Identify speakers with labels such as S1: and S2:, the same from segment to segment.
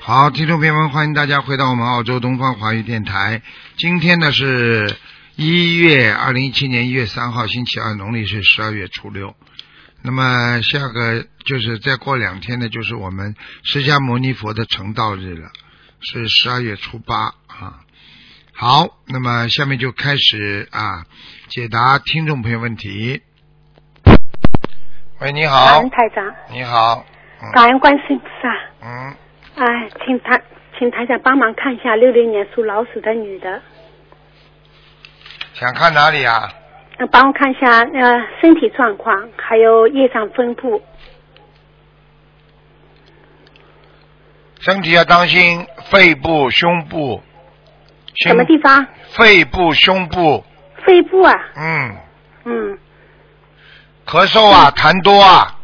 S1: 好，听众朋友们，欢迎大家回到我们澳洲东方华语电台。今天呢是一月二零一七年一月三号，星期二，农历是十二月初六。那么下个就是再过两天呢，就是我们释迦牟尼佛的成道日了，是十二月初八啊。好，那么下面就开始啊，解答听众朋友问题。喂，你
S2: 感
S1: 好
S2: 恩，台长，
S1: 你好，
S2: 感恩观世音菩萨。
S1: 嗯，
S2: 哎，请台，请台长帮忙看一下六零年属老鼠的女的，
S1: 想看哪里啊？
S2: 呃帮我看一下呃身体状况，还有业障分布。
S1: 身体要当心肺部、胸部，
S2: 什么地方？
S1: 肺部、胸部，
S2: 肺部啊，
S1: 嗯，
S2: 嗯，
S1: 咳嗽啊，痰多啊，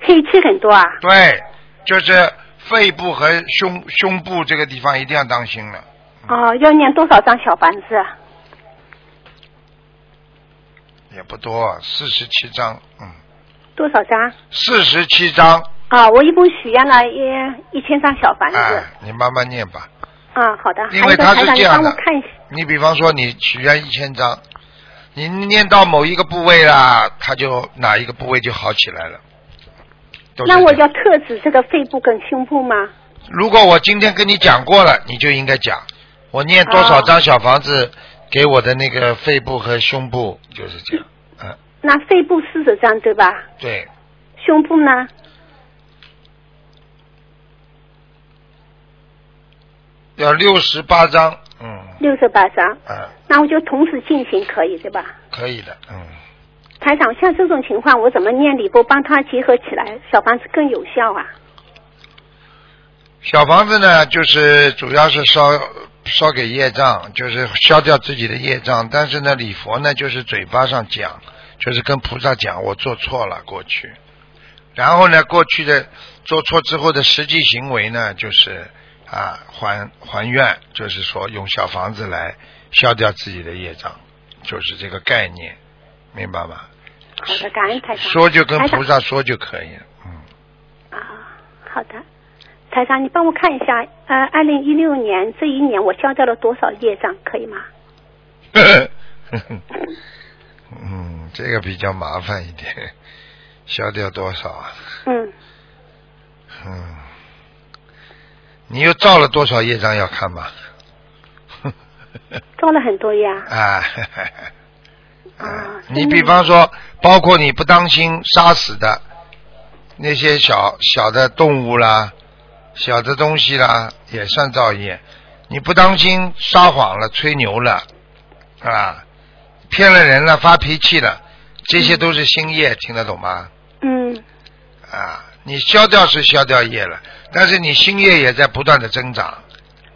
S2: 黑气很多啊。
S1: 对，就是肺部和胸胸部这个地方一定要当心了。
S2: 哦，要念多少张小房子啊？
S1: 也不多，四十七章，嗯，
S2: 多少张？
S1: 四十七章，
S2: 啊，我一共许愿了一一千张小房子。
S1: 哎，你慢慢念吧。
S2: 啊，好的。
S1: 因
S2: 还
S1: 为
S2: 有个
S1: 他是
S2: 台长，
S1: 这
S2: 你
S1: 样
S2: 帮
S1: 的
S2: 我看一下。
S1: 你比方说你许愿一千章，你念到某一个部位啦，它就哪一个部位就好起来了。都是
S2: 那我
S1: 这样
S2: 要特指这个肺部跟胸部吗？
S1: 如果我今天跟你讲过了，你就应该讲，我念多少张小房子给我的那个肺部和胸部，就是这样。嗯，
S2: 那肺部四十张对吧？
S1: 对，
S2: 胸部呢？
S1: 要六十八张，嗯，
S2: 六十八张，
S1: 啊，
S2: 那我就同时进行可以对吧？
S1: 可以的，嗯，
S2: 台长，像这种情况，我怎么念礼佛帮他结合起来，小房子更有效啊？
S1: 小房子呢，就是主要是烧烧给业障，就是消掉自己的业障。但是呢，礼佛呢，就是嘴巴上讲，就是跟菩萨讲，我做错了过去。然后呢，过去的做错之后的实际行为呢，就是啊还还愿，就是说用小房子来消掉自己的业障，就是这个概念，明白吗？
S2: 好的，感恩台长。
S1: 说就跟
S2: 台
S1: 菩
S2: 长
S1: 萨说就可以了。嗯，
S2: 啊，好的，台长，你帮我看一下，呃，二零一六年这一年我消掉了多少业障，可以吗？
S1: 嗯，这个比较麻烦一点，消掉多少啊？
S2: 嗯，
S1: 嗯，你又造了多少业障要看吧？
S2: 造了很多呀。
S1: 啊，
S2: 啊，
S1: 你
S2: 真的
S1: 比方说，包括你不当心杀死的那些小小的动物啦、小的东西啦，也算造业。你不当心撒谎了、吹牛了，啊，骗了人了、发脾气了，这些都是新业，听得懂吗？
S2: 嗯，
S1: 啊，你消掉是消掉业了，但是你新业也在不断的增长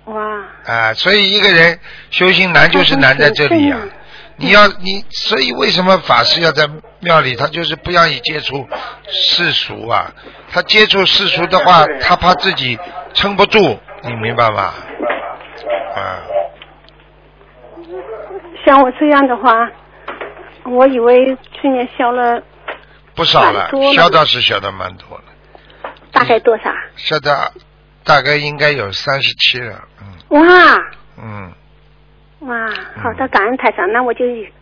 S2: 哇，
S1: 啊，所以一个人修行难就是难在这里呀、
S2: 真的
S1: 你要你，所以为什么法师要在庙里？他就是不让你接触世俗啊。他接触世俗的话，他怕自己撑不住，你明白吗？啊，
S2: 像我这样的话，我以为去年消了
S1: 不少了
S2: 蛮多，了
S1: 消掉是消掉蛮多了，
S2: 大概多少？
S1: 消掉大概应该有三十七了。嗯
S2: 哇！
S1: 嗯
S2: 哇，好的，感恩台长，那我就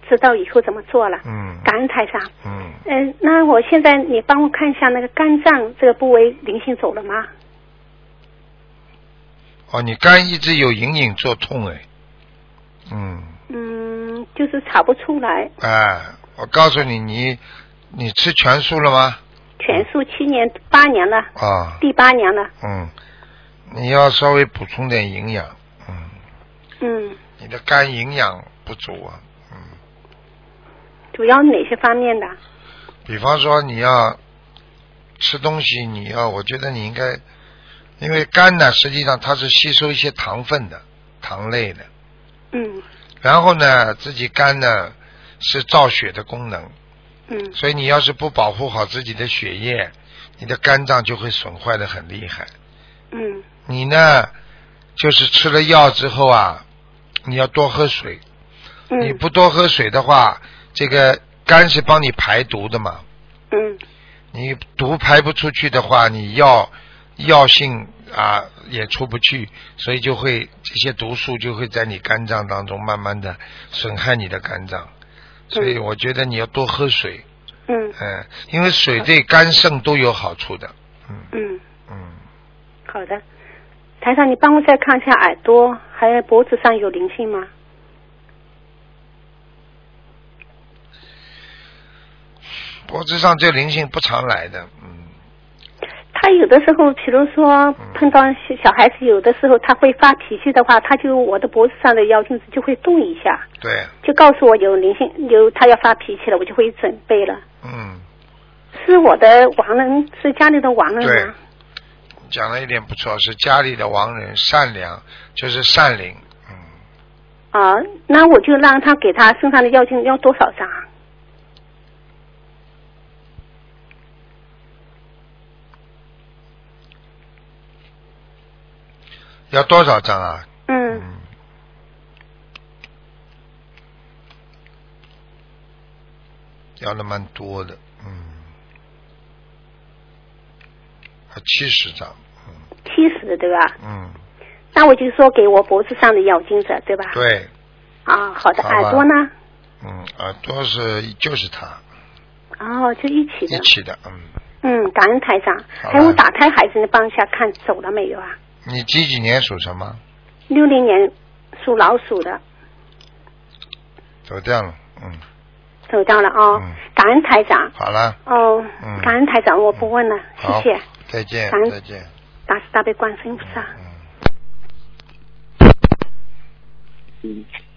S2: 知道以后怎么做了。
S1: 嗯
S2: 感恩台长，
S1: 嗯，
S2: 嗯、那我现在你帮我看一下那个肝脏这个部位灵性走了吗？
S1: 哦，你肝一直有隐隐作痛哎，嗯，
S2: 嗯，就是查不出来，
S1: 哎，我告诉你，你你吃全素了吗？
S2: 全素七年八年了，
S1: 啊、
S2: 第八年了，
S1: 嗯，你要稍微补充点营养，嗯，
S2: 嗯，
S1: 你的肝营养不足啊，嗯，
S2: 主要哪些方面的？
S1: 比方说你要吃东西，你要，我觉得你应该，因为肝呢，实际上它是吸收一些糖分的，糖类的，
S2: 嗯
S1: 然后呢，自己肝呢是造血的功能。
S2: 嗯
S1: 所以你要是不保护好自己的血液，你的肝脏就会损坏的很厉害。
S2: 嗯
S1: 你呢，就是吃了药之后啊，你要多喝水。你
S2: 嗯
S1: 不多喝水的话，这个肝是帮你排毒的嘛。
S2: 嗯
S1: 你毒排不出去的话，你药药性啊也出不去，所以就会这些毒素就会在你肝脏当中慢慢的损害你的肝脏。所以我觉得你要多喝水，
S2: 嗯
S1: 嗯，因为水对肝肾都有好处的，嗯
S2: 嗯，
S1: 嗯。
S2: 好的。台长，你帮我再看一下耳朵还有脖子上有灵性吗？
S1: 脖子上这灵性不常来的，嗯，
S2: 他有的时候，比如说嗯碰到小小孩子，有的时候他会发脾气的话，他就我的脖子上的腰镜子就会动一下，
S1: 对，
S2: 就告诉我有灵性，有他要发脾气了，我就会准备了。
S1: 嗯，
S2: 是我的亡人，是家里的亡人吗？
S1: 讲了一点不错，是家里的亡人善良，就是善灵，嗯，
S2: 啊，那我就让他给他身上的妖精要多少张啊？
S1: 要多少张啊？
S2: 嗯，
S1: 嗯，要的蛮多的，嗯，七十张，
S2: 七十对吧？
S1: 嗯，
S2: 那我就说给我脖子上的妖精者对吧？
S1: 对，
S2: 啊，好的，
S1: 好吧
S2: 耳朵呢？
S1: 嗯，耳朵是就是他
S2: 哦，就一起的
S1: 一。起的，嗯，
S2: 嗯，感恩台长。
S1: 好吧
S2: 还有我打胎孩子，你帮一下看走了没有啊？
S1: 你几几年属什么？
S2: 六零年属老鼠的
S1: 走掉了，嗯，
S2: 走到了哦，
S1: 嗯
S2: 感恩台长
S1: 好了。
S2: 哦，
S1: 嗯
S2: 感恩台长，我不问了，谢
S1: 好，
S2: 谢，
S1: 再见
S2: 感，恩
S1: 再见。
S2: 大慈大悲观世音菩萨。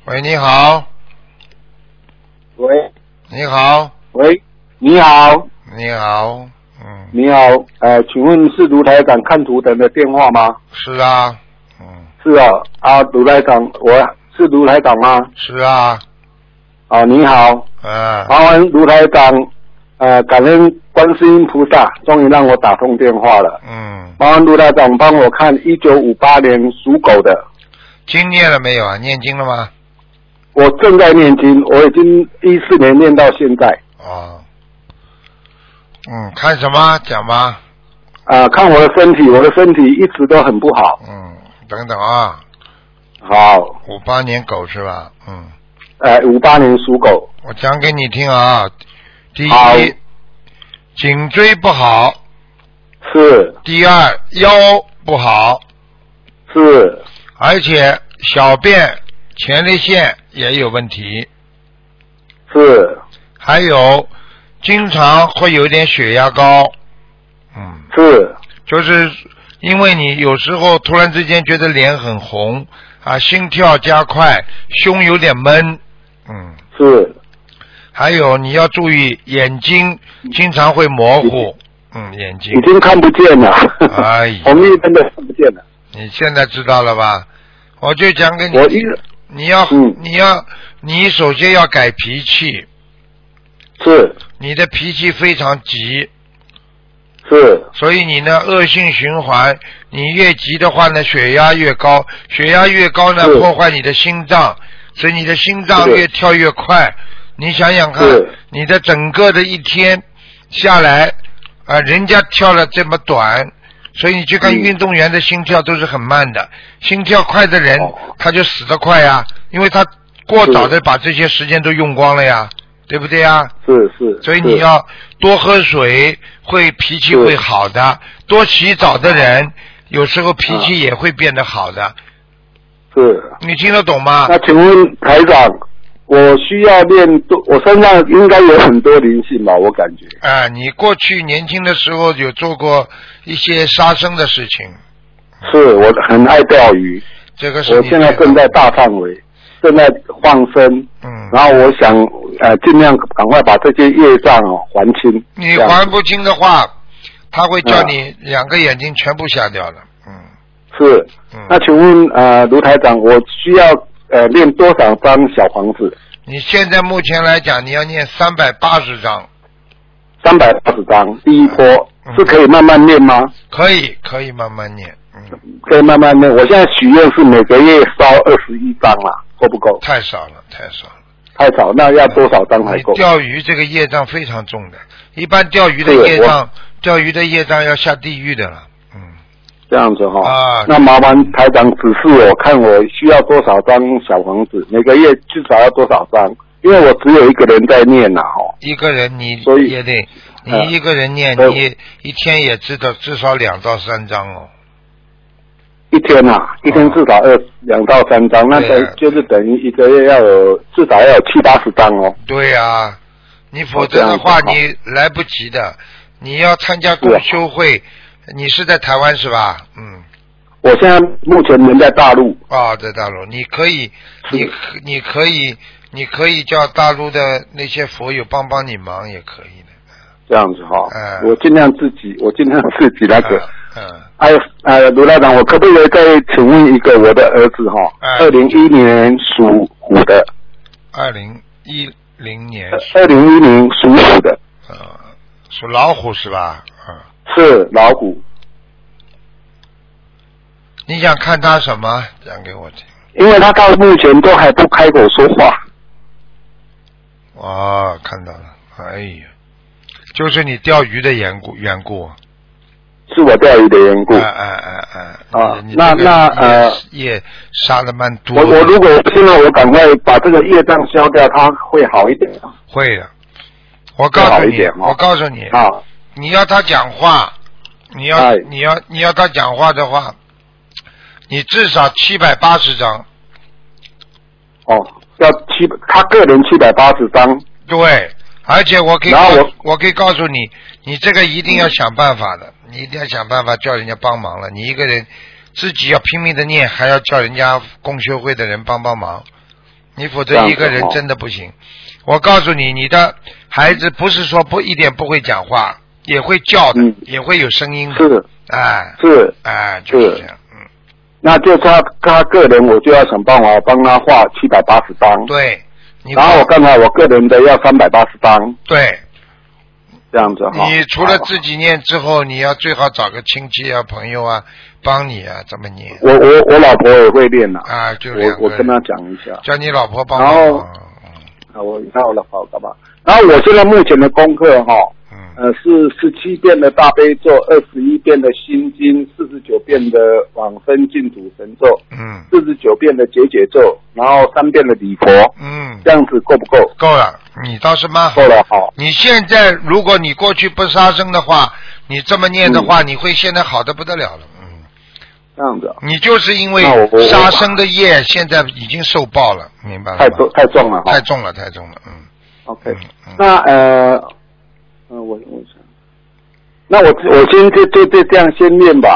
S1: 喂，你好，
S3: 喂
S1: 你好，
S3: 喂，你好，
S1: 你好，嗯，
S3: 你好，呃，请问是卢台长看图腾的电话吗？
S1: 是啊，嗯，
S3: 是啊，啊，卢台长，我是卢台长吗？
S1: 是啊，
S3: 啊，你好，
S1: 嗯，
S3: 麻烦卢台长，呃，感恩观世音菩萨，终于让我打通电话了。
S1: 嗯，
S3: 麻烦卢台长帮我看一九五八年属狗的，
S1: 经念了没有啊？念经了吗？
S3: 我正在念经，我已经一四年念到现在，
S1: 哦，嗯，看什么？讲吧，
S3: 啊、看我的身体，我的身体一直都很不好。
S1: 嗯，等等啊，
S3: 好，
S1: 五八年狗是吧？嗯，
S3: 呃，五八年属狗，
S1: 我讲给你听啊，第
S3: 好
S1: 一，颈椎不好；
S3: 是
S1: 第二，腰不好。
S3: 是。
S1: 而且小便前列腺也有问题，
S3: 是
S1: 还有经常会有点血压高，嗯，
S3: 是
S1: 就是因为你有时候突然之间觉得脸很红啊，心跳加快，胸有点闷，嗯，
S3: 是
S1: 还有你要注意眼睛经常会模糊，嗯，眼睛
S3: 已，经看不见了，
S1: 哎呀
S3: 红绿灯都看不见了。
S1: 你现在知道了吧？我就讲给你
S3: 我一
S1: 你要、
S3: 嗯
S1: 你要你首先要改脾气，
S3: 是
S1: 你的脾气非常急，
S3: 是
S1: 所以你呢恶性循环，你越急的话呢，血压越高，血压越高呢
S3: 是
S1: 破坏你的心脏，所以你的心脏
S3: 是
S1: 越跳越快。你想想看
S3: 是，
S1: 你的整个的一天下来，啊、人家跳了这么短，所以你去看
S3: 嗯
S1: 运动员的心跳都是很慢的，心跳快的人、
S3: 哦
S1: 他就死得快呀，因为他过早
S3: 是
S1: 的把这些时间都用光了呀，对不对呀？
S3: 是是，
S1: 所以
S3: 是
S1: 你要多喝水，会脾气会好的。多洗澡的
S3: 啊
S1: 人，有时候脾气也会变得好的。
S3: 是。
S1: 你听得懂吗？
S3: 那请问台长，我需要练多？我身上应该有很多灵性吧？我感觉
S1: 啊，你过去年轻的时候有做过一些杀生的事情，
S3: 是我很爱钓鱼，
S1: 这个是
S3: 我
S1: 你
S3: 现在
S1: 最
S3: 正
S1: 大
S3: 在啊
S1: 的
S3: 大范围，正在放生。
S1: 嗯，
S3: 然后我想，呃，尽量赶快把这些业障哦还清。
S1: 你
S3: 这样
S1: 还不清的话，他会叫
S3: 啊
S1: 你两个眼睛全部瞎掉的。嗯
S3: 是那
S1: 嗯，
S3: 请问呃，卢台长，我需要呃练多少张小房子？
S1: 你现在目前来讲，你要念三百八十章，
S3: 三百八十张，第一波、
S1: 嗯
S3: 是可以慢慢练吗？
S1: 可以可以慢慢念，嗯，
S3: 可以慢慢练。我现在许愿是每个月烧二十一张啦，够不够？
S1: 太少了太少了。
S3: 太少，那要多少张才
S1: 你
S3: 够？
S1: 钓鱼这个业障非常重的，一般钓鱼的
S3: 对
S1: 业障，钓鱼的业障要下地狱的了。嗯，
S3: 这样子哈、
S1: 啊
S3: 那麻烦台长指示我看我需要多少张小房子，每个月至少要多少张，因为我只有一个人在念呐、哈、
S1: 一个人你
S3: 所以
S1: 也得，
S3: 呃
S1: 你一个人念，
S3: 所以
S1: 你一天也至少至少两到三张哦。
S3: 一天呐、一天至少二两到三张，那
S1: 对
S3: 等
S1: 啊
S3: 就是等于一个月要有至少要有七八十张哦。
S1: 对呀、你否
S3: 哦
S1: 则的话
S3: 这样
S1: 你来不及的。你要参加共修会，你是在台湾是吧？嗯，
S3: 我现在目前人在大陆，
S1: 啊、在大陆，你可以，
S3: 是
S1: 你可你可以，你可以叫大陆的那些佛友帮帮你忙也可以的。
S3: 这样子哈、
S1: 嗯
S3: 我尽量自己，我尽量自己那个。
S1: 嗯，嗯，
S3: 还有呃，卢台长，我可不可以再请问一个我的儿子哈、
S1: 哎
S3: 二零一年属虎的，
S1: 二零一零年属
S3: 二零一零属虎的
S1: 呃属老虎是吧？嗯，
S3: 是老虎，
S1: 你想看他什么？讲给我听。
S3: 因为他到目前都还不开口说话。
S1: 哦，看到了，哎呀，就是你钓鱼的缘故缘故。
S3: 是我钓鱼的缘故，
S1: 哎哎哎哎。
S3: 啊
S1: 你
S3: 那
S1: 你这个
S3: 那
S1: 也
S3: 呃
S1: 也杀了蛮多
S3: 我
S1: 的。
S3: 我如果现在我赶快把这个业障消掉，他会好一点
S1: 哎
S3: 啊。
S1: 会的，我告
S3: 好
S1: 诉
S3: 一
S1: 你
S3: 点，哦
S1: 我告诉你，
S3: 啊
S1: 你要他讲话，你要
S3: 哎
S1: 你要你要他讲话的话，你至少七百八十张。
S3: 哦，要七，他个人七百八十张，
S1: 对，而且我可以
S3: 然后
S1: 告
S3: 我
S1: 我可以告诉你，你这个一定要想办法的，你一定要想办法叫人家帮忙了。你一个人自己要拼命的念，还要叫人家共修会的人帮帮忙，你否
S3: 这
S1: 则
S3: 样
S1: 一个
S3: 子
S1: 人
S3: 好
S1: 真的不行。我告诉你，你的孩子不是说不一点不会讲话，也会叫的，
S3: 嗯
S1: 也会有声音的，
S3: 是
S1: 哎
S3: 是，
S1: 哎，就是
S3: 是
S1: 这样。嗯，
S3: 那就他他个人，我就要想办法帮他画七百八十张，
S1: 对，你
S3: 然后我刚才我个人的要三百八十张，
S1: 对，
S3: 这样子哈。
S1: 你除了自
S3: 己，
S1: 己念之后，你要最好找个亲戚啊、朋友啊帮你啊，怎么念
S3: 我我我老婆也会练呐、
S1: 啊？就两
S3: 我我
S1: 个
S3: 跟
S1: 人，
S3: 他讲一下，
S1: 叫你老婆帮
S3: 然后
S1: 忙。
S3: 啊我看我老婆干嘛？然后我现在目前的功课哈、
S1: 嗯，
S3: 呃，是十七遍的大悲咒，二十一遍的心经，四十九遍的往生净土神咒，
S1: 嗯
S3: 四十九遍的解解咒，然后三遍的礼佛，
S1: 嗯，
S3: 这样子够不够？
S1: 够了，你倒是蛮好
S3: 够。了哈。
S1: 你现在如果你过去不杀生的话，你这么念的话，
S3: 嗯
S1: 你会现在好的不得了了。嗯，
S3: 这样子啊
S1: 你就是因为
S3: 那我我我
S1: 杀生的业现在已经受报了，明白了吗？
S3: 太重太重了哈
S1: 太。重了，太重了。嗯
S3: OK，、
S1: 嗯嗯，
S3: 那呃，呃，我我想，那我我先就就就这样先念吧。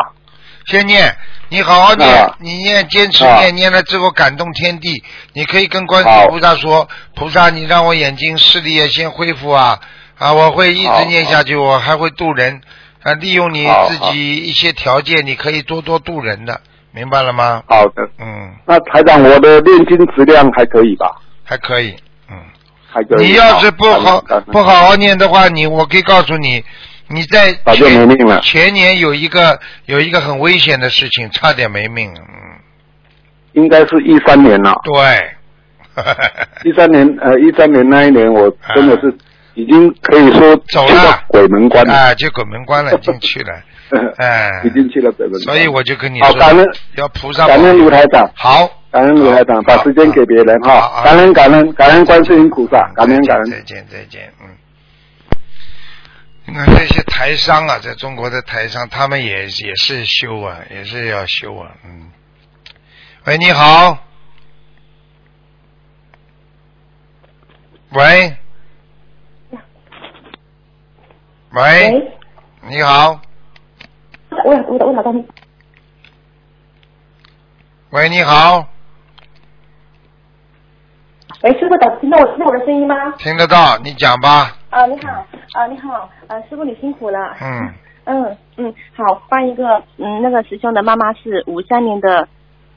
S1: 先念，你好好念，
S3: 啊
S1: 你念坚持
S3: 啊
S1: 念，念了之后感动天地，你可以跟观世
S3: 好
S1: 菩萨说，菩萨，你让我眼睛视力也先恢复啊啊，我会一直
S3: 好
S1: 念
S3: 好
S1: 下去，我还会渡人啊，利用你
S3: 好
S1: 自
S3: 好
S1: 己一些条件，你可以多多渡人的，明白了吗？
S3: 好的，
S1: 嗯，
S3: 那台长，我的炼金质量还可以吧？
S1: 还可以，嗯。
S3: 还可以。
S1: 你要是不好
S3: 感恩
S1: 不，好好念的话，你我可以告诉你，你在
S3: 早就
S1: 前
S3: 没命了
S1: 前年有一个有一个很危险的事情，差点没命。嗯，
S3: 应该是一三年了。
S1: 对。
S3: 一三年，呃，一三年那一年，我真的是已经可以说
S1: 啊走
S3: 去
S1: 了
S3: 到鬼门关了，，
S1: 啊，就鬼门关了，已经去了，哎
S3: 已经去了鬼门关。
S1: 所以我就跟你
S3: 好，
S1: 说，
S3: 感恩
S1: 要菩萨保
S3: 感恩
S1: 佑
S3: 卢台长，
S1: 好，
S3: 感恩卢台长，把
S1: 好
S3: 时间给别人
S1: 好好
S3: 哈，感恩感恩感恩观世音菩萨，啊感恩
S1: 再见
S3: 感恩。
S1: 再见再见，嗯。你看这些台商啊，在中国的台商，他们也也是修啊，也是要修啊，嗯。喂，你好。喂。喂，
S4: 喂，
S1: 你好。
S4: 我想我想我想到你，
S1: 喂，你好，
S4: 喂，师傅，等听到我听到我的声音吗？
S1: 听得到，你讲吧。
S4: 啊，你好，啊，你好，啊，师傅你辛苦了。
S1: 嗯，
S4: 嗯嗯，好，帮一个嗯那个师兄的妈妈是五三年的，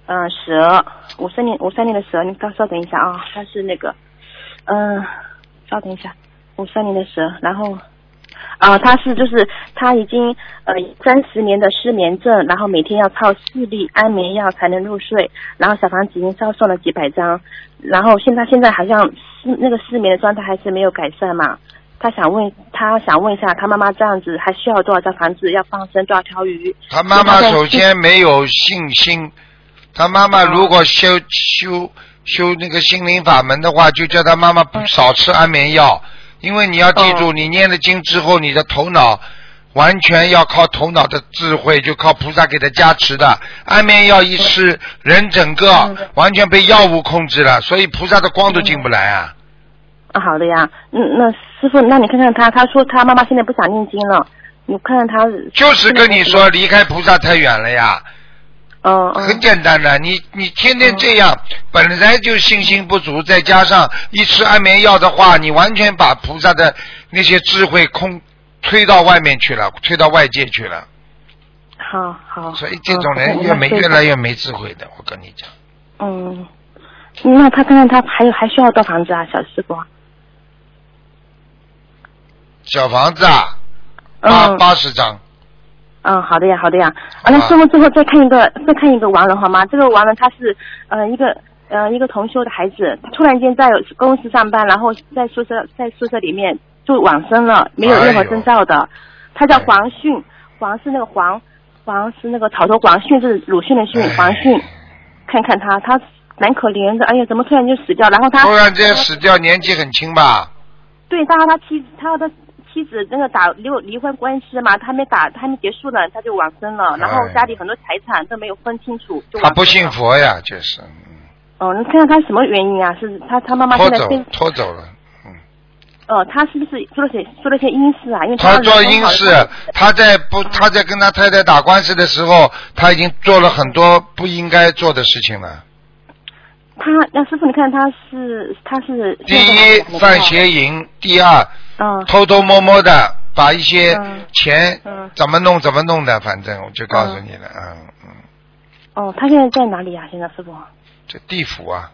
S4: 嗯、蛇，五三年五三年的蛇，你刚稍等一下啊，她是那个，嗯、稍等一下，五三年的蛇，然后。啊，她是就是她已经呃三十年的失眠症，然后每天要靠视力安眠药才能入睡，然后小房子已经烧送了几百张，然后现在现在好像失那个失眠的状态还是没有改善嘛，他想问他想问一下，他妈妈这样子还需要多少张房子？要放生多少条鱼？
S1: 他妈妈首先没有信心，他妈妈如果修修修那个心灵法门的话，就叫他妈妈不少吃安眠药，因为你要记住，你念了经之后，你的头脑完全要靠头脑的智慧，就靠菩萨给他加持的。安眠药一吃，人整个完全被药物控制了，所以菩萨的光都进不来啊。
S4: 啊，好的呀。嗯，那师傅，那你看看他，他说他妈妈现在不想念经了，你看看他。
S1: 就是跟你说离开菩萨太远了呀。
S4: 嗯嗯。
S1: 很简单的，你你天天这样，本来就信心不足，再加上一吃安眠药的话，你完全把菩萨的那些智慧空推到外面去了，推到外界去了。
S4: 好好。
S1: 所以这种
S4: 哦
S1: 人越没越来越没智慧的，我跟你讲。
S4: 嗯，那他看看他还有还需要多房子啊，小师傅。
S1: 小房子啊，八八十张。
S4: 嗯，好的呀，好的呀。啊，那最后最后再看一个，再看一个亡人好吗？这个亡人他是呃一个呃一个同修的孩子，他突然间在公司上班，然后在宿舍在宿舍里面就往生了，没有任何征兆的。他叫黄迅，黄是那个黄，黄是那个草头黄，迅是鲁迅的迅，黄迅。看看他，他蛮可怜的，哎呀，怎么突然就死掉？然后他
S1: 突然间死掉，年纪很轻吧？
S4: 对，他和他妻，他和他。妻子那个打离离婚官司嘛，他还没打，他还没结束呢，他就往生了。然后家里很多财产都没有分清楚，就
S1: 哎他不信佛呀，就是。
S4: 哦，你看看他什么原因啊？是他他妈妈现在被
S1: 拖走了，嗯。
S4: 哦，他是不是做了些做了些阴事啊？因为
S1: 他做阴事，他在
S4: 嗯
S1: 不他在跟他太太打官司的时候，他已经做了很多不应该做的事情了。
S4: 他那师傅，你看他是他是
S1: 第
S4: 啊
S1: 一犯邪淫，第二。
S4: 嗯，
S1: 偷偷摸摸的把一些钱怎么弄怎么弄的，反正我就告诉你了，嗯嗯。
S4: 哦，他现在在哪里呀？现在师傅？
S1: 在地府啊。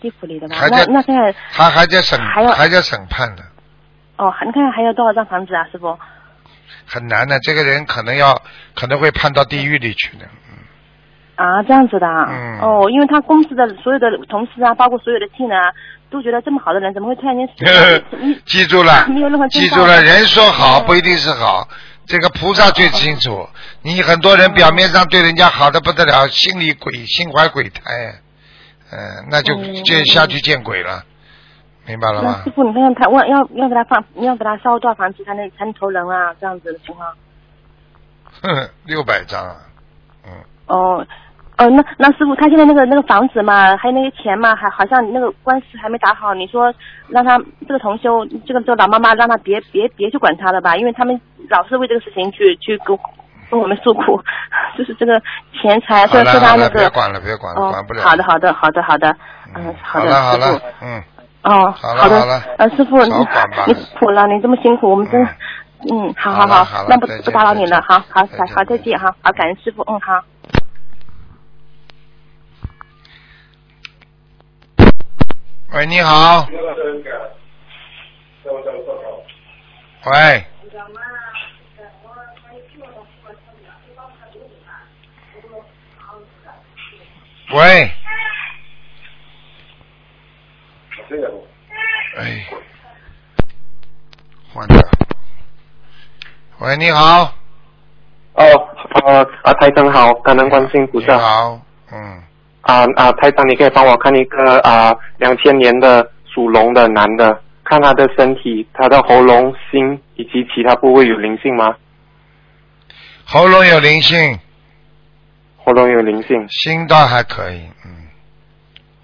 S4: 地府里的吧？
S1: 还
S4: 在嗯那现在
S1: 他还在审，还在审判呢。
S4: 哦，你看还有多少张房子啊，师傅？
S1: 很难的，这个人可能要可能会判到地狱里去的。
S4: 啊，这样子的啊，嗯、哦，因为他公司的所有的同事啊，包括所有的亲人啊，都觉得这么好的人怎么会突然间嗯死？
S1: 记住了，
S4: 没有任何
S1: 记住了，人说好不一定是好，这个菩萨最清楚。你很多人表面上对人家好的不得
S4: 嗯
S1: 了，心里鬼心怀鬼胎，嗯、呃，那
S4: 哦
S1: 就见下去见鬼了，明白了 吗？
S4: 师傅，你看看他，我要要给他放，要给他烧多少房子才能才能投人啊？这样子的情况。
S1: 哼，六百张啊，嗯。
S4: 哦，哦，那那师傅，他现在那个那个房子嘛，还有那些钱嘛，还好像那个官司还没打好。你说让他这个同修，这个这个老妈妈，让他别别别去管他了吧，因为他们老是为这个事情去去跟跟我们诉苦， 就是这个钱财，所以说他那个。
S1: 别管了，别管了，
S4: 哦、
S1: 管不了。
S4: 好的，好的，好的，好的，嗯，好的，
S1: 好了，嗯。
S4: 哦，
S1: 好
S4: 的，
S1: 好了，
S4: 呃，师傅，你你苦了，你这么辛苦，我们真。嗯，好好好，
S1: 好
S4: 那不不打扰你了，好好好，好再见哈，好感恩师傅，嗯好。
S1: 喂，你好。喂。喂。哎，换掉。喂，你好。
S5: 哦，呃啊，台长好，感恩关心菩萨。
S1: 好，嗯。
S5: 啊啊，台长，你可以帮我看一个啊，两千年的属龙的男的，看他的身体，他的喉咙、心以及其他部位有灵性吗？
S1: 喉咙有灵性。
S5: 喉咙有灵性。
S1: 心脏还可以，嗯。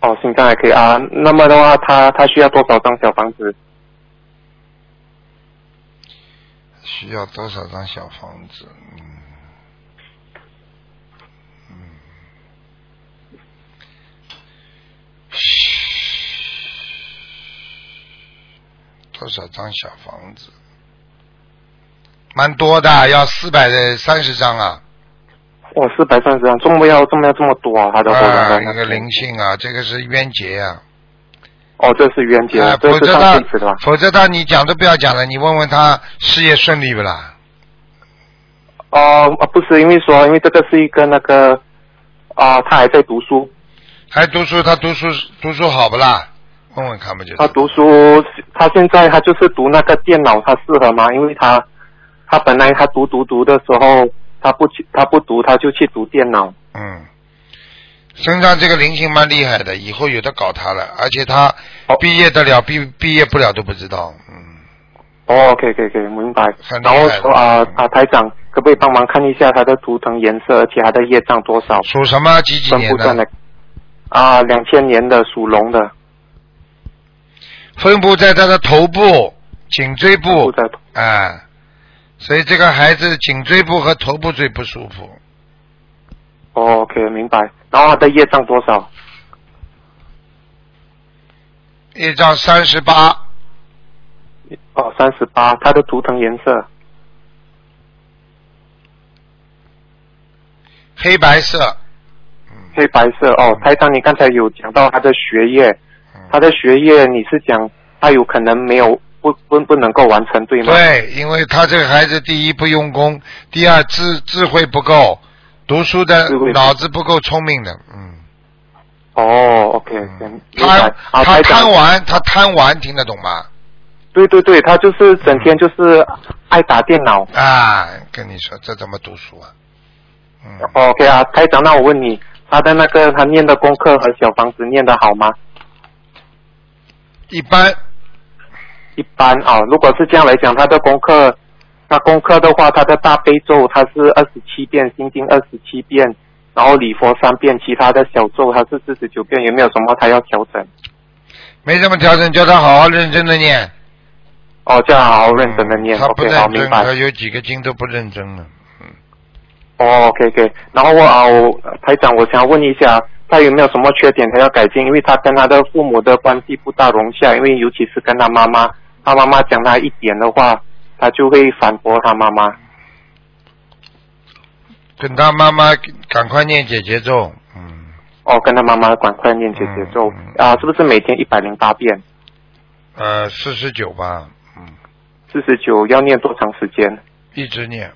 S5: 哦，心脏还可以啊。那么的话，他他需要多少张小房子？
S1: 需要多少张小房子？嗯。嗯多少张小房子？蛮多的，要四百三十张啊！
S5: 哇、哦，四百三十张，中么要中么要这么多啊？他的活动
S1: 啊，那个灵性啊，这个是冤结啊！
S5: 哦，这是冤结，
S1: 啊、
S5: 这
S1: 否则
S5: 他，
S1: 否则他，你讲都不要讲了，你问问他事业顺利不啦？
S5: 哦、呃，不是，因为说，因为这个是一个那个啊、呃，他还在读书。
S1: 还读书，他读书读书好不啦？问问看不就知道
S5: 他读书，他现在他就是读那个电脑，他适合吗？因为他他本来他读读读的时候，他不去他不读，他就去读电脑。
S1: 嗯，身上这个灵性蛮厉害的，以后有的搞他了，而且他
S5: 哦
S1: 毕业得了，毕毕业不了都不知道。嗯，
S5: 哦，OK OK OK，明白
S1: 很。厉
S5: 然
S1: 害
S5: 后说啊
S1: 嗯
S5: 啊，台长可不可以帮忙看一下他的图腾颜色，而且他的业障多少？
S1: 属什么？几几
S5: 算
S1: 年
S5: 不算
S1: 的？
S5: 的？啊，两千年的属龙的，
S1: 分布在他的头部、颈椎
S5: 不
S1: 部，
S5: 在
S1: 哎，所以这个孩子颈椎部和头部最不舒服。
S5: 哦，OK，明白。然后他的业障多少？
S1: 一张三十八，
S5: 哦，三十八。他的图腾颜色
S1: 黑白色。
S5: 黑白色。哦，
S1: 嗯
S5: 台长，你刚才有讲到他的学业，他的学业你是讲他有可能没有不不不能够完成，对吗？
S1: 对，因为他这个孩子，第一不用功，第二智智慧不够，读书的
S5: 智慧不够
S1: 脑子不够聪明的，嗯。
S5: 哦，OK，
S1: 嗯
S5: 明
S1: 他
S5: 白。啊，
S1: 他
S5: 台
S1: 贪
S5: 长，
S1: 玩，他贪玩，听得懂吗？
S5: 对对对，他就是整天就是爱打电脑。
S1: 啊，跟你说，这怎么读书啊？嗯，
S5: OK 啊，台长，那我问你，他的那个他念的功课和小房子念的好吗？
S1: 一般
S5: 一般啊、如果是这样来讲，他的功课，他功课的话，他的大悲咒他是二十七遍，心经二十七遍，然后礼佛三遍，其他的小咒他是四十九遍，有没有什么他要调整？
S1: 没什么调整，叫他好好认真的念，
S5: 哦，这样好好认真的
S1: 嗯
S5: 念、
S1: 他不
S5: o k 好，
S1: 认
S5: 明
S1: 真，
S5: 白。
S1: 他有几个经都不认真了。
S5: 哦，OK OK，然后我啊，我台长，我想问一下，他有没有什么缺点他要改进？因为他跟他的父母的关系不大融洽，因为尤其是跟他妈妈，他妈妈讲他一点的话，他就会反驳他妈妈。
S1: 跟他妈妈赶快念姐姐咒，嗯，
S5: 哦，跟他妈妈赶快念姐姐咒
S1: 嗯
S5: 啊，是不是每天一百零八遍？
S1: 呃，四十九吧，嗯，
S5: 四十九要念多长时间？
S1: 一直念，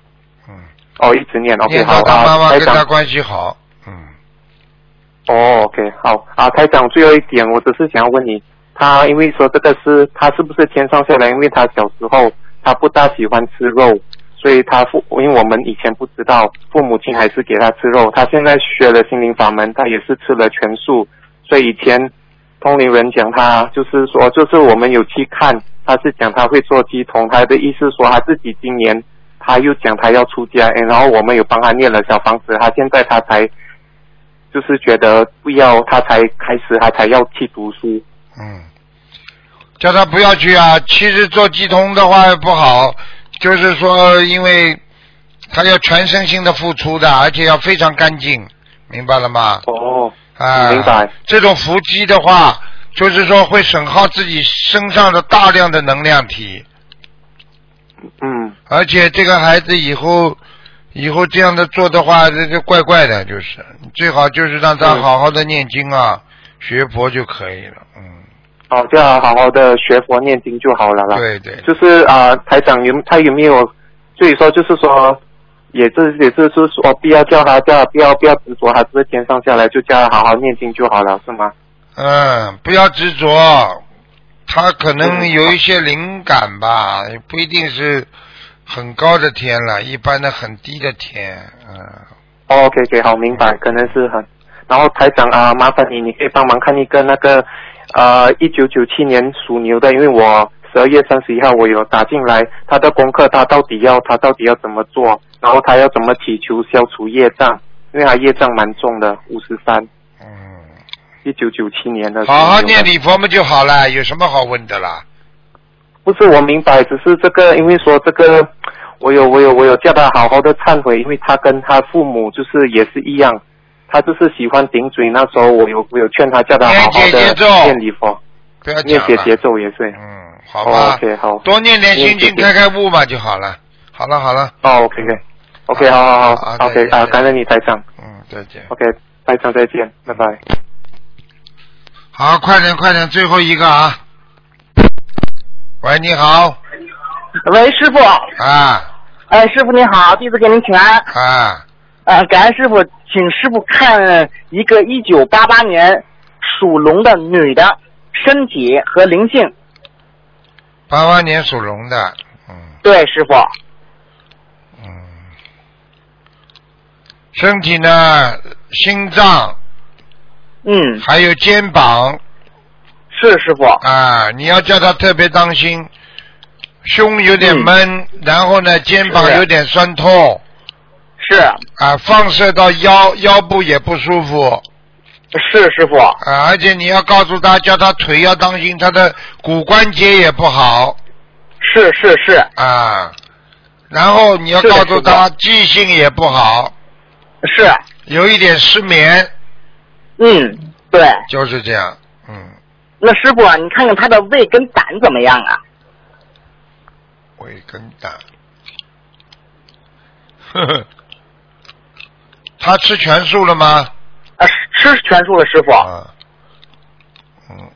S1: 嗯，
S5: 哦，一直念。OK，
S1: 念
S5: 好
S1: 到他妈
S5: 啊，
S1: 妈
S5: 台
S1: 跟他
S5: 长。
S1: 关系好，嗯，
S5: 哦，OK，好啊，台长，最后一点，我只是想要问你，他因为说这个是他是不是天上下来？因为他小时候他不大喜欢吃肉，所以他父因为我们以前不知道，父母亲还是给他吃肉。他现在学了心灵法门，他也是吃了全素，所以以前通灵人讲他就是说，就是我们有去看，他是讲他会做鸡童，他的意思说他自己今年他又讲他要出家，诶然后我们有帮他念了小房子，他现在他才就是觉得不要，他才开始他才要去读书。
S1: 嗯，叫他不要去啊。其实做鸡童的话不好，就是说，因为他要全身心的付出的，而且要非常干净，明白了吗？
S5: 哦，
S1: 啊，
S5: 明白。
S1: 这种伏击的话，就是说会损耗自己身上的大量的能量体，
S5: 嗯，
S1: 而且这个孩子以后。以后这样的做的话，这就怪怪的，就是最好就是让他
S5: 嗯
S1: 好好的念经啊，学佛就可以了。嗯，
S5: 好，就要哦好好的学佛念经就好了啦。
S1: 对对，
S5: 就是啊、台长有他有没有，所以说就是说，也是也是就是说，不要叫他叫不要不要执着，他只是天上下来就叫他好好念经就好了，是吗？
S1: 嗯，不要执着，他可能
S5: 嗯
S1: 有一些灵感吧，也不一定是很高的天了，一般的很低的天，嗯，
S5: 哦，OK OK，好，明白，可能是很。然后台长啊，麻烦你，你可以帮忙看一个那个呃，一九九七年属牛的，因为我十二月三十一号我有打进来，他的功课他到底要他到底要怎么做，然后他要怎么祈求消除业障，因为他业障蛮重的，五十三，
S1: 嗯，
S5: 一九九七年的。
S1: 好好念。礼佛嘛就好了，有什么好问的啦？
S5: 不是我明白，只是这个，因为说这个，我有我有我有叫他好好的忏悔，因为他跟他父母就是也是一样，他就是喜欢顶嘴。那时候我有我有劝他叫他好好
S1: 念姐姐咒
S5: 的念礼佛，
S1: 不要
S5: 念
S1: 讲
S5: 姐姐
S1: 了，
S5: 咒也是。
S1: 嗯，好吧
S5: 哦、，OK 好。
S1: 多念点心经，
S5: 念姐姐
S1: 开开悟嘛就好了。好了好了，
S5: 哦，OK OK OK 好好
S1: 好
S5: 好
S1: 再见
S5: ，OK 啊，感恩你台长
S1: 嗯，再见。
S5: ，OK 台长再见，拜拜。
S1: 好，快点快点，最后一个啊！喂，你好，
S6: 喂，师傅，
S1: 啊
S6: 哎，师傅您好，弟子给您请安，
S1: 啊，
S6: 呃，感恩师傅，请师傅看一个一九八八年属龙的女的，身体和灵性。
S1: 八八年属龙的，嗯
S6: 对，师傅。
S1: 嗯，身体呢，心脏
S6: 嗯，
S1: 还有肩膀
S6: 是师傅。
S1: 啊，你要叫他特别当心，胸有点闷，然后呢，肩膀
S6: 嗯是的
S1: 有点酸痛
S6: 是
S1: 啊，放射到腰腰部也不舒服。
S6: 是师傅。
S1: 啊，而且你要告诉他，叫他腿要当心，他的骨关节也不好
S6: 是是是
S1: 啊。然后你要
S6: 是的
S1: 告诉他
S6: 是，
S1: 记性也不好，
S6: 是，
S1: 有一点失眠，
S6: 嗯，对。
S1: 就是这样。嗯，
S6: 那师傅啊，你看看他的胃跟胆怎么样啊？
S1: 胃跟胆。呵呵， 他吃全素了吗？
S6: 啊，吃全素了，师傅。
S1: 啊，嗯，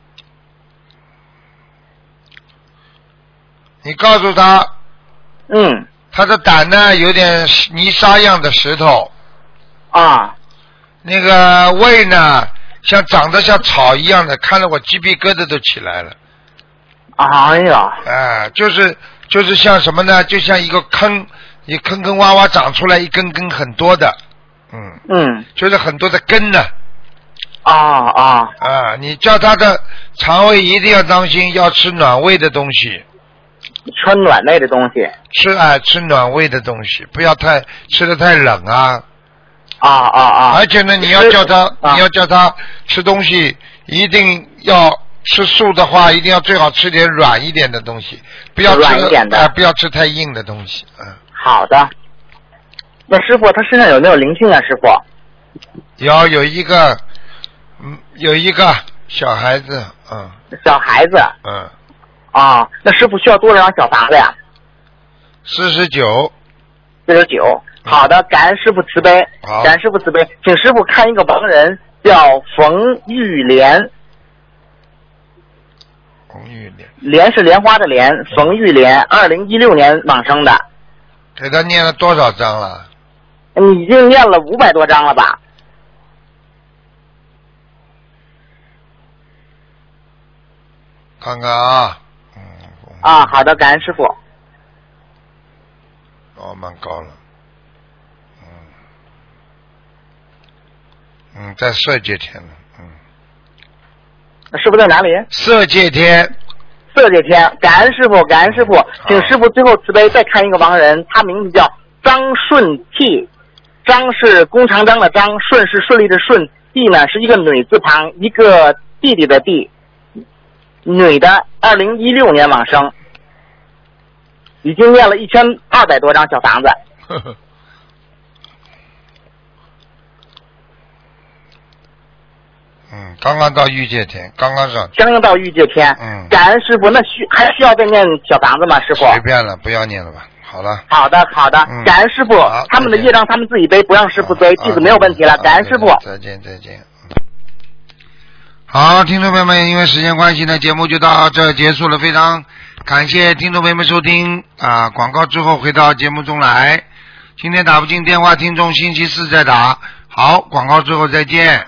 S1: 你告诉他，
S6: 嗯
S1: 他的胆呢有点泥沙样的石头，
S6: 啊，
S1: 那个胃呢像长得像草一样的，看得我鸡皮疙瘩都起来了。
S6: 哎呀，
S1: 哎，就是就是像什么呢？就像一个坑，一坑坑洼洼长出来一根根很多的，嗯，
S6: 嗯
S1: 就是很多的根呢。
S6: 啊啊，
S1: 啊，你叫他的肠胃一定要当心，要吃暖胃的东西，
S6: 穿暖胃的东西。
S1: 吃啊、吃暖胃的东西，不要太吃的太冷啊。
S6: 啊啊啊！
S1: 而且呢，你要叫他，
S6: 啊
S1: 你要叫他吃东西，一定要吃素的话，一定要最好吃点软一点的东西，不要吃
S6: 软一点的
S1: 哎不要吃太硬的东西。嗯，
S6: 好的。那师傅他身上有没有灵性啊？师傅
S1: 有有一个，嗯，有一个小孩子，嗯
S6: 小孩子
S1: 嗯，
S6: 啊，那师傅需要多少张小房子呀？
S1: 四十九，
S6: 四十九。好的，感恩师傅慈悲，
S1: 好
S6: 感恩师傅慈悲，请师傅看一个盲人叫冯玉莲，
S1: 红玉莲，
S6: 莲是莲花的莲，冯玉莲，二零一六年往生的，
S1: 给他念了多少章了？
S6: 嗯你已经念了五百多章了吧？
S1: 看看啊，嗯，
S6: 啊，好的，感恩师傅。
S1: 哦，蛮高了，嗯，嗯，在色界天了，嗯，
S6: 那师傅在哪里？
S1: 色界天，
S6: 色界天，感恩师傅，感恩师傅，请师傅最后慈悲再看一个亡人，他名字叫张顺替，张是弓长张的张，顺是顺利的顺，替呢是一个女字旁，一个弟弟的弟，女的，二零一六年往生，已经念了一千二百多张小房子，
S1: 呵呵，嗯，刚刚到欲界天，刚刚上去，
S6: 刚刚到欲界天，
S1: 嗯
S6: 感恩师傅，那需还需要再念小房子吗？师傅，
S1: 随便了，不要念了吧，好了。
S6: 好的，好的
S1: 嗯，
S6: 感恩师傅
S1: 好，
S6: 他们的
S1: 再见
S6: 业障他们自己背，不让师傅背，
S1: 啊
S6: 弟子没有问题了，感恩师傅。
S1: 再见，再见。嗯好，听众朋友们，因为时间关系呢，节目就到这儿结束了。非常感谢听众朋友们收听啊、广告之后回到节目中来。今天打不进电话，听众星期四再打。好，广告之后再见。